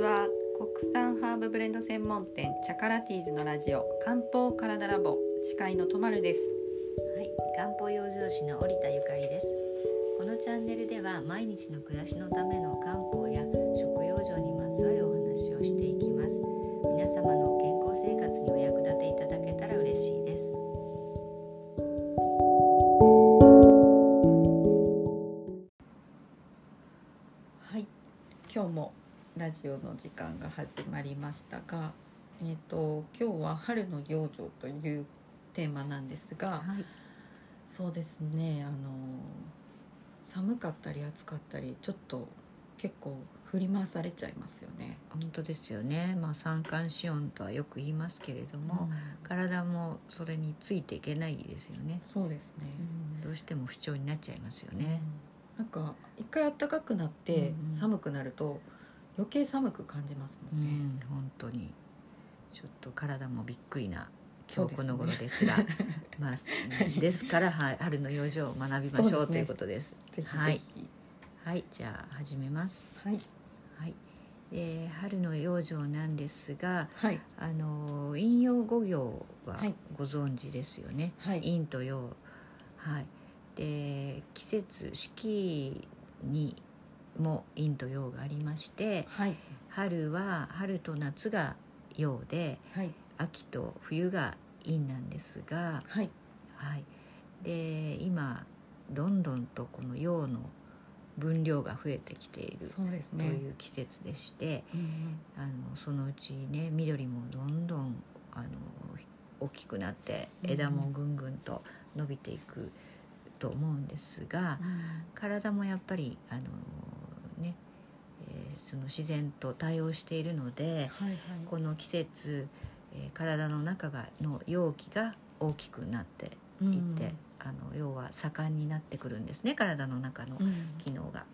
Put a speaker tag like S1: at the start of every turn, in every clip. S1: は国産ハーブブレンド専門店チャカラティーズのラジオ漢方体ラボ司会のとまるです
S2: はい、漢方養生師の織田ゆかりですこのチャンネルでは毎日の暮らしのための漢方や食養生にまつわるお話をしていきます皆様の健康生活にお役立ていただけたら嬉しいです
S1: はい今日もラジオの時間が始まりましたがえっ、と今日は春の養生というテーマなんですが、
S2: はい、
S1: そうですねあの寒かったり暑かったりちょっと結構振り回されちゃいますよね。
S2: 本当ですよねまあ三寒四温とはよく言いますけれども、
S1: うん
S2: 体もそれについていけないですよね、
S1: そうですね。
S2: どうしても不調になっちゃいますよ
S1: ね
S2: ね、
S1: なんか一回暖かくなって
S2: うんうん
S1: 寒くなると余計寒く感じます
S2: う
S1: もんね。
S2: ん、本当にちょっと体もびっくりな
S1: そう
S2: 今
S1: です
S2: 日こ
S1: ね
S2: の 頃ですがまあですからは春の養生を学びまし
S1: そう
S2: ょう
S1: ですね
S2: ということです。
S1: ぜひぜひ。
S2: はいはい、じゃあ始めます。
S1: はい。
S2: はい、えー春の養生なんですが、
S1: はい。
S2: あのー陰陽五行は
S1: はい
S2: ご存知ですよね。
S1: はい。
S2: 陰と陽、はい。で季節四季にも陰と陽がありまして、
S1: はい。
S2: 春は春と夏が陽で
S1: はい。
S2: 秋と冬が陰なんですが、
S1: はい。
S2: はい、で今どんどんとこの陽の分量が増えてきている
S1: そうです
S2: と
S1: ね。
S2: いう季節でして、
S1: うんうん
S2: あのそのうちね緑もどんどんあの大きくなって
S1: うん
S2: 枝もぐんぐんと伸びていくと思うんですが、体もやっぱりあの、ねえーその自然と対応しているので、
S1: はいはい。
S2: この季節、えー体の中がの容器が大きくなっていって、
S1: うん
S2: あの要は盛んになってくるんですね体の中の
S1: うん
S2: 機能が。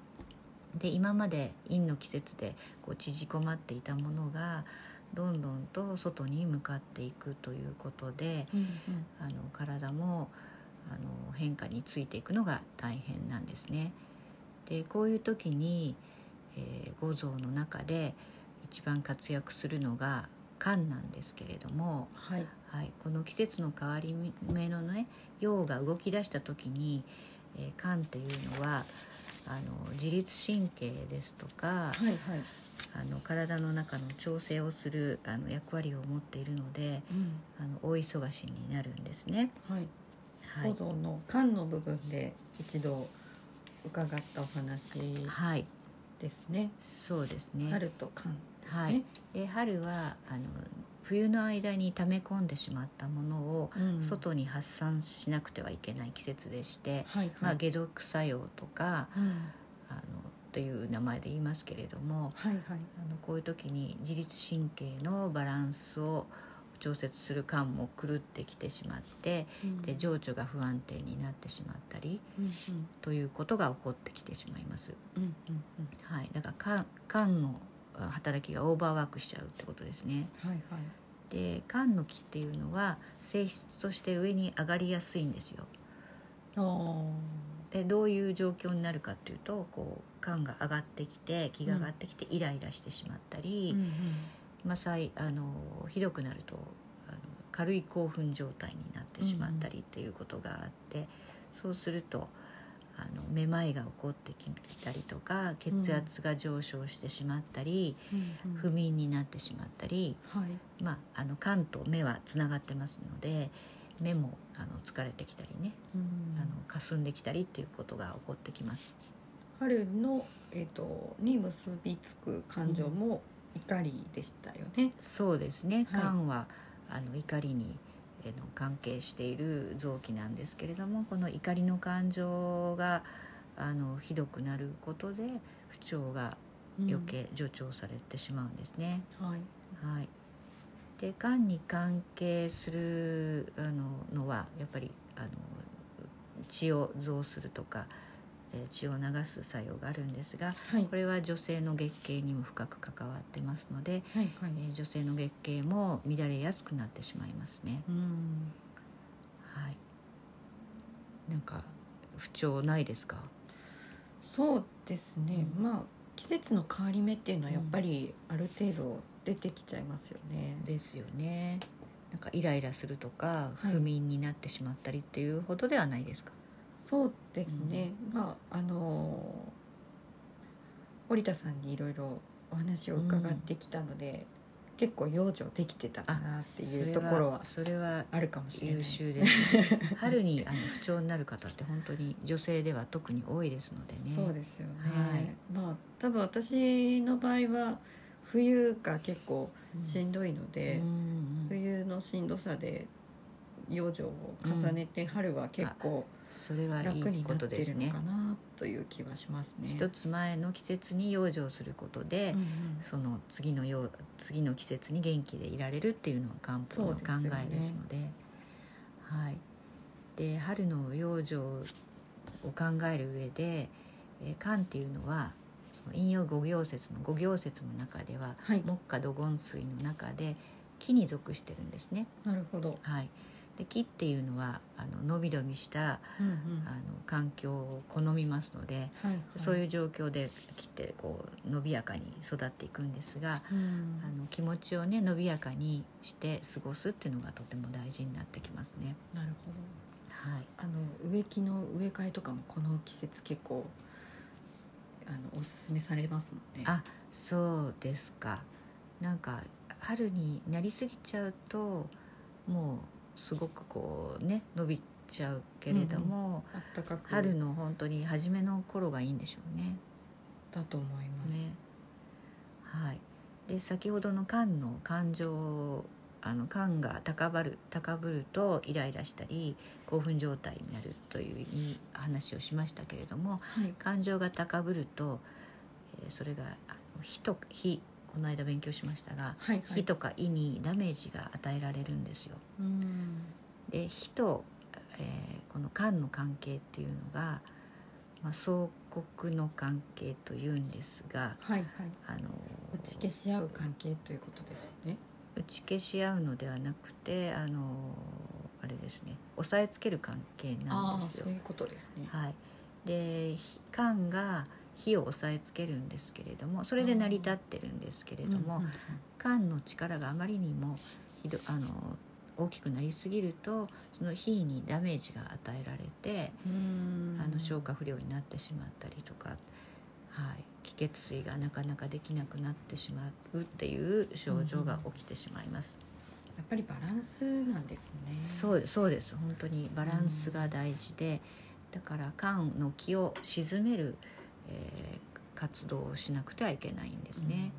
S2: で今まで陰の季節でこう縮こまっていたものがどんどんと外に向かっていくということで
S1: うん
S2: あの体もあの変化についていくのが大変なんですね。でこういう時に、えー、五臓の中で一番活躍するのが肝なんですけれども、
S1: はい。
S2: はい、この季節の変わり目のね陽が動き出した時に、えー、肝っていうのはあの自律神経ですとか
S1: はいはい。
S2: あの体の中の調整をするあの役割を持っているので
S1: うん
S2: あの大忙しになるんですね。
S1: はい。
S2: は
S1: 構
S2: い
S1: 造の間の部分で一度伺ったお話
S2: はい、
S1: ですね。
S2: そうですね。
S1: 春と間ですね。
S2: はい。で春はあの冬の間に溜め込んでしまったものを
S1: うん
S2: 外に発散しなくてはいけない季節でして、
S1: はいは
S2: まあ
S1: い。
S2: 解毒作用とか
S1: うん
S2: あのという名前で言いますけれども、
S1: はいはい。
S2: あのこういう時に自律神経のバランスを調節する感も狂ってきてしまって、
S1: うん
S2: で情緒が不安定になってしまったり
S1: うんうん
S2: ということが起こってきてしまいます。
S1: うんうんうん。
S2: はい、だから肝肝のあ働きがオーバーワークしちゃうってことですね。
S1: はいはい。
S2: で肝の木っていうのは性質として上に上がりやすいんですよ。
S1: ああ。
S2: でどういう状況になるかっていうとこう肝が上がってきて気が上がってきてイライラしてしまったり、
S1: うんうん
S2: まあ、最あのひどくなるとあの軽い興奮状態になってしまったりっていうことがあって、そうするとあのめまいが起こってきたりとか血圧が上昇してしまったり、
S1: うんうん
S2: 不眠になってしまったり、
S1: はい。
S2: まあ、あの肝と目はつながってますので目もあの疲れてきたりね、
S1: うん
S2: あの霞んできたりっていうことが起こってきます。
S1: 春のえっ、とに結びつく感情も怒りでしたよね。
S2: そうですね
S1: はい
S2: 肝は、あの怒りにえーの関係している臓器なんですけれどもこの怒りの感情があのひどくなることで不調が余計助長されてしまうんですね。
S1: うん。はい。
S2: はい、で肝に関係するあののはやっぱりあの血を増するとかえー血を流す作用があるんですが
S1: はい
S2: こ。れは女性の月経にも深く関わってますので
S1: はいはい。
S2: えー女性の月経も乱れやすくなってしまいますね。
S1: うん。
S2: はい。なんか不調ないですか？
S1: そうですね。まあ季節の変わり目っていうのはやっぱりある程度出てきちゃいますよね。
S2: ですよねなんかイライラするとか
S1: はい
S2: 不眠になってしまったりっていうほどではないですか、
S1: そうですね、まああの織田さんにいろいろお話を伺ってきたので、結構養生できてたかなって
S2: そ
S1: いう
S2: れ
S1: ところは
S2: それは
S1: あるかもしれない
S2: 優秀です、ね、 春にあの不調になる方って本当に女性では特に多いですのでね
S1: そうですよね、
S2: はい
S1: まあ多分私の場合は冬が結構しんどいの
S2: うん
S1: で、
S2: うんうん
S1: 冬のしんどさで養生を重ねて、春は結構
S2: それはい
S1: 楽
S2: い
S1: にな
S2: こ
S1: って
S2: とです
S1: るの
S2: ね
S1: かなという気はしますね。
S2: 一つ前の季節に養生することで、
S1: うんうん
S2: その次のよう次の季節に元気でいられるっていうのが漢方の考えですのではい、で春の養生を考える上でえー漢っていうのはその陰陽五行説の五行説の中では
S1: はい、
S2: 木下土金水の中で木に属してるんですね。
S1: なるほど、
S2: はい、で木っていうのはあの伸び伸びした
S1: うんうん
S2: あの環境を好みますので
S1: はいはい、
S2: そういう状況で木ってこう伸びやかに育っていくんですが
S1: うん
S2: あの気持ちをね伸びやかにして過ごすっていうのがとても大事になってきますね。
S1: なるほど
S2: はい、
S1: あの植木の植え替えとかもこの季節結構あのおすすめされますもんね。
S2: あそうですかなんか春になりすぎちゃうともうすごくこうね伸びちゃうけれども、
S1: あったかく
S2: 春の本当に初めの頃がいいんでしょうね。
S1: だと思います。
S2: ねはい、で先ほどの肝の感情あの肝が高ぶる高ぶるとイライラしたり興奮状態になるといういい話をしましたけれども
S1: はい、
S2: 感情が高ぶると、えーそれがあの火と火この間勉強しましたが、
S1: はい、
S2: 火とか胃にダメージが与えられるんですよ。
S1: うん、
S2: で火と、えーこの肝の関係っていうのが、まあ、相国の関係というんですが、
S1: はいはい。
S2: あの
S1: 打ち消し合う関係ということですね。
S2: 打ち消し合うのではなくてあのあれですね押さえつける関係なん
S1: ああ
S2: です
S1: ー、
S2: よ
S1: そう。いうことですね。
S2: はい、で火缶が火を押さえつけるんですけれどもそれで成り立ってるんですけれども、
S1: うんうん
S2: 缶の力があまりにもひどあの大きくなりすぎるとその火にダメージが与えられて
S1: うん、うん
S2: あの消化不良になってしまったりとか、はい、気血水がなかなかできなくなってしまうっていう症状が起きてしまいます。
S1: やっぱりバランスなんですね。
S2: そうそうです本当にバランスが大事で、だから缶の気を沈める、えー活動をしなくてはいけないんですね。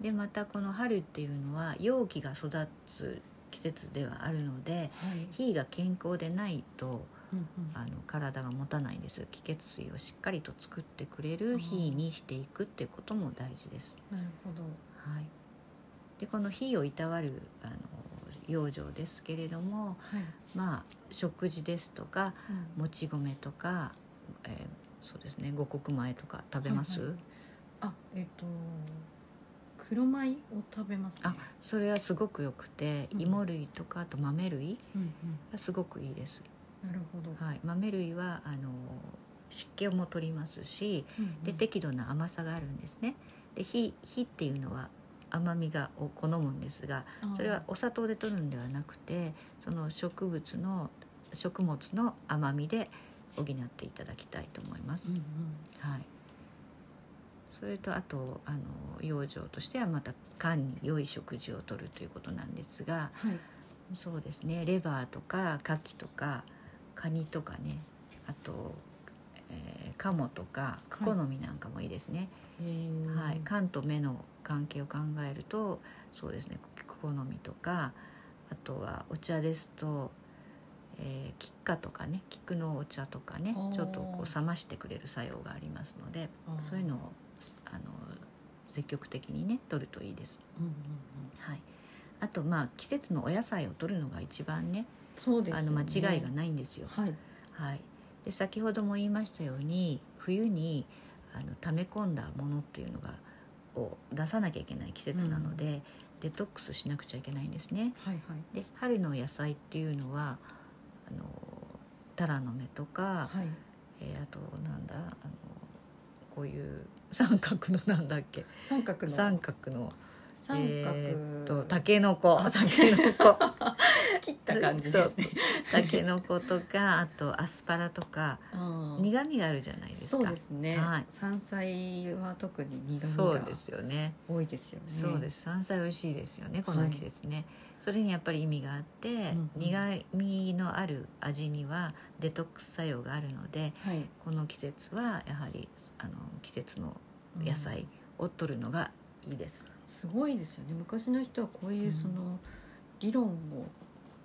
S2: でまたこの春っていうのは陽気が育つ季節ではあるので
S1: うん。はい。
S2: 火が健康でないと
S1: うんうん
S2: あの体が持たないんです気血水をしっかりと作ってくれる火にしていくってことも大事です。
S1: なるほど。
S2: はい、でこの火をいたわるあの養生ですけれども、
S1: はい。
S2: まあ、食事ですとか
S1: うん
S2: もち米とか、えーそうですね五穀米とか食べます、
S1: はいはいあ、えっ、と黒米を食べますね。
S2: あそれはすごくよくて
S1: うん
S2: 芋類とかあと豆類
S1: うん
S2: がすごくいいです、
S1: うん。なるほど。
S2: はい、豆類はあの湿気も取りますし
S1: うんうん
S2: で適度な甘さがあるんですねで火火っていうのは甘みがを好むんですが
S1: あー
S2: それはお砂糖で取るんではなくてその植物の食物の甘みで補っていただきたいと思います、
S1: うんうん
S2: はい、それとあとあの養生としてはまた肝に良い食事をとるということなんですが
S1: はい。
S2: そうですねレバーとか牡蠣とかカニとかねあと、えー、鴨とかクコの実なんかもいいですね、
S1: えー
S2: はい、肝と目の関係を考えるとそうですね好みとかあとはお茶ですと、えー、菊花とかね菊のお茶とかね
S1: おー
S2: ちょっとこう冷ましてくれる作用がありますので
S1: あー
S2: そういうのをあの積極的にね取るといいです。
S1: うんうんうん
S2: はいあとまあ季節のお野菜を取るのが一番ね
S1: そうです
S2: あ
S1: よね。
S2: の間違いがないんですよ。
S1: はい。
S2: はい、で先ほども言いましたように冬にあの溜め込んだものっていうのがを出さなきゃいけない季節なので、デトックスしなくちゃいけないんですね。
S1: はい
S2: で春の野菜っていうのはあのタラの芽とか、
S1: はいはい。
S2: えーあとなんだあのこういう三角のなんだっけ
S1: 三角の
S2: 三角の
S1: 三角、
S2: えーっとたけのこたけのこ
S1: 切った感じですね。
S2: たけのことかあとアスパラとか
S1: うん
S2: 苦味があるじゃないです
S1: そう
S2: か
S1: ですね、
S2: はい
S1: 山菜は特に苦味
S2: そう
S1: が
S2: ですよね
S1: 多いですよね。。
S2: そうですす山菜美味しいですよねこの季節ね、それにやっぱり意味があって、
S1: んうん
S2: 苦味のある味にはデトックス作用があるので
S1: はい。
S2: この季節はやはりあの季節の野菜を取るのがいいです、
S1: すごいですよね昔の人はこういう
S2: うん
S1: その、理論を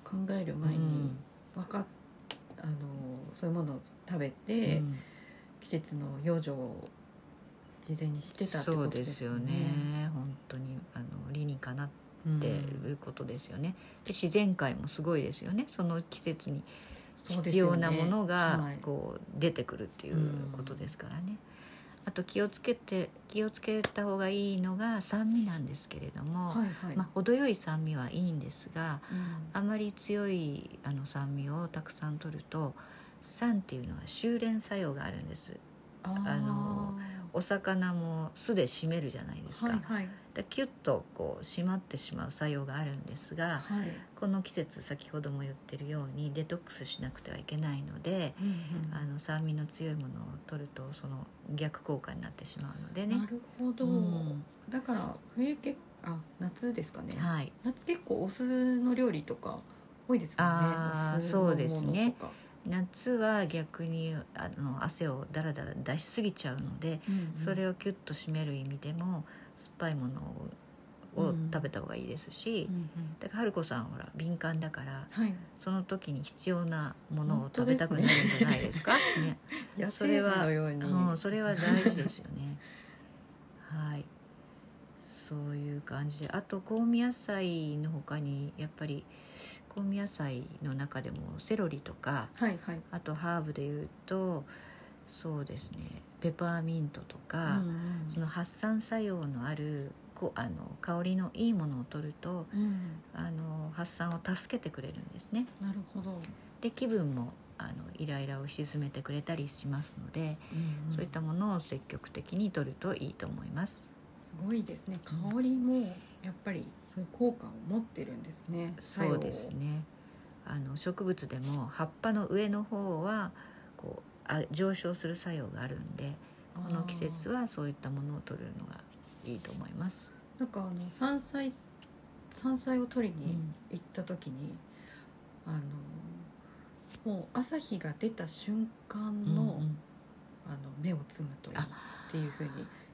S1: 考える前に分かっあのそういうものを食べ
S2: うん
S1: て、季節の養生を事前にしてたってこ
S2: そう
S1: と
S2: で
S1: ですす
S2: よ
S1: よ
S2: ね
S1: ね。
S2: 本当にあの理にかなっ
S1: うん
S2: てることですよね、で自然界もすごいですよねその季節に
S1: そうです
S2: 必
S1: よ
S2: 要
S1: ね
S2: なもの
S1: は
S2: が
S1: い
S2: こう出てくるっていうことですからね、あと気をつけて気をつけた方がいいのが酸味なんですけれども、
S1: はいはい。
S2: まあ、程よい酸味はいいんですが
S1: うん
S2: あまり強いあの酸味をたくさん取ると酸っていうのは修練作用があるんです
S1: あ
S2: あのお魚も酢で締めるじゃないです
S1: ー
S2: か、
S1: はいはい
S2: でキュッとこう締まってしまう作用があるんですが
S1: はい。
S2: この季節先ほども言ってるようにデトックスしなくてはいけないので
S1: うんうん
S2: あの酸味の強いものを取るとその逆効果になってしまうのでね
S1: な。るほど、
S2: うん
S1: だから冬結あ夏ですかね、
S2: はい、
S1: 夏結構お酢の料理とか多いですよね
S2: あー
S1: お酢のものとか
S2: そうですね夏は逆にあの汗をだらだら出しすぎちゃうので、
S1: うんうん
S2: それをキュッと締める意味でも酸っぱいものをを
S1: うん
S2: 食べた方がいいですし、
S1: うんうん
S2: だから春子さんほら敏感だから
S1: はい
S2: その時に必要なものを
S1: 本
S2: 食
S1: 当
S2: べ
S1: です
S2: た
S1: ね
S2: くなるんじゃないで すか。ね、
S1: 野
S2: それ
S1: 生
S2: は
S1: 児のように
S2: うん、それは大事ですよね。 はい。そういう感じで、あと香味野菜の他にやっぱり香味野菜の中でもセロリとか、
S1: はいはい
S2: あとハーブでいうとそうですね、ペパーミントとか、
S1: うんうん
S2: その発散作用のあるこあの香りのいいものを取ると
S1: うん
S2: あの発散を助けてくれるんですね。
S1: なるほど、
S2: で気分もあのイライラを鎮めてくれたりしますので、そういったものを積極的に取るといいと思います。
S1: すごいですね香りもやっぱりそういう効果を持ってるんですね
S2: そうですね。あの植物でも葉っぱの上の方はこうあ上昇する作用があるんで、
S1: こ
S2: この季節はそういったものを取るのがいいと思います。
S1: なんかあの山菜山菜を取り
S2: う
S1: に、
S2: ん、
S1: 行った時にあのもう朝日が出た瞬間の,、
S2: うんうん
S1: あの目をつむといい
S2: あ
S1: っていうふうに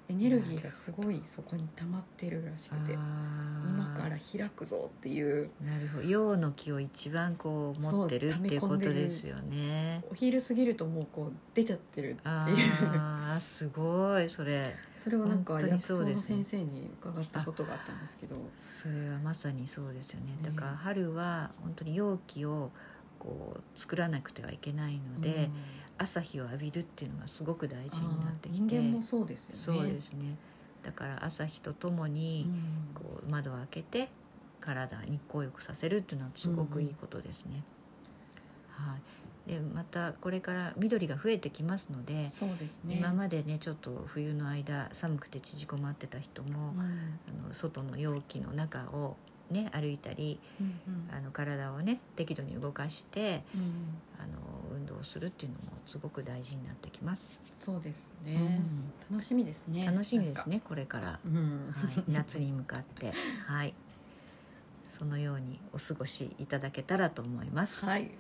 S1: エネルギーがすごいそこに溜まってるらしくて今から開くぞっていう
S2: あーなるほど陽の気を一番こう持ってる
S1: そう
S2: っていうこと
S1: 溜め込んでる
S2: ですよね。
S1: お昼過ぎるともうこう出ちゃってるっていう
S2: ああすごいそれ
S1: それをなん
S2: 本
S1: か
S2: 当
S1: 薬
S2: にそ
S1: 草
S2: うで
S1: の
S2: すね
S1: 先生に伺ったことがあったんですけど
S2: それはまさにそうですよね
S1: ね
S2: だから春は本当に容器をこう作らなくてはいけないので、
S1: うん
S2: 朝日を浴びるっていうのがすごく大事になっ
S1: あー
S2: てきて
S1: 人間もそうですよね。
S2: そうですねだから朝日ととも
S1: う
S2: に
S1: ん
S2: こう窓を開けて体日光浴させるっていうのはすごくいいことですね、はい、でまたこれから緑が増えてきますので、
S1: そうですね
S2: 今までねちょっと冬の間寒くて縮こまってた人も、
S1: うん
S2: あの外の容器の中をね歩いたり
S1: うんうん
S2: あの体をね適度に動かして
S1: うん
S2: あの運動するっていうのもすごく大事になってきます、
S1: そうですね、
S2: うん
S1: 楽しみですね
S2: 楽しみですねこれ から、は
S1: なんかうん
S2: い、夏に向かってはいそのようにお過ごしいただけたらと思います
S1: はい、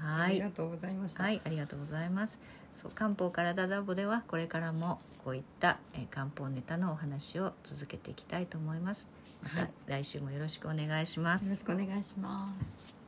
S2: は
S1: あり
S2: い
S1: がとうございました、
S2: はい、ありがとうございます。そう漢方からだだぼではこれからもこういった、えー漢方ネタのお話を続けていきたいと思います。ま
S1: は
S2: た
S1: い
S2: 来週もよろしくお願いします。
S1: よろしくお願いします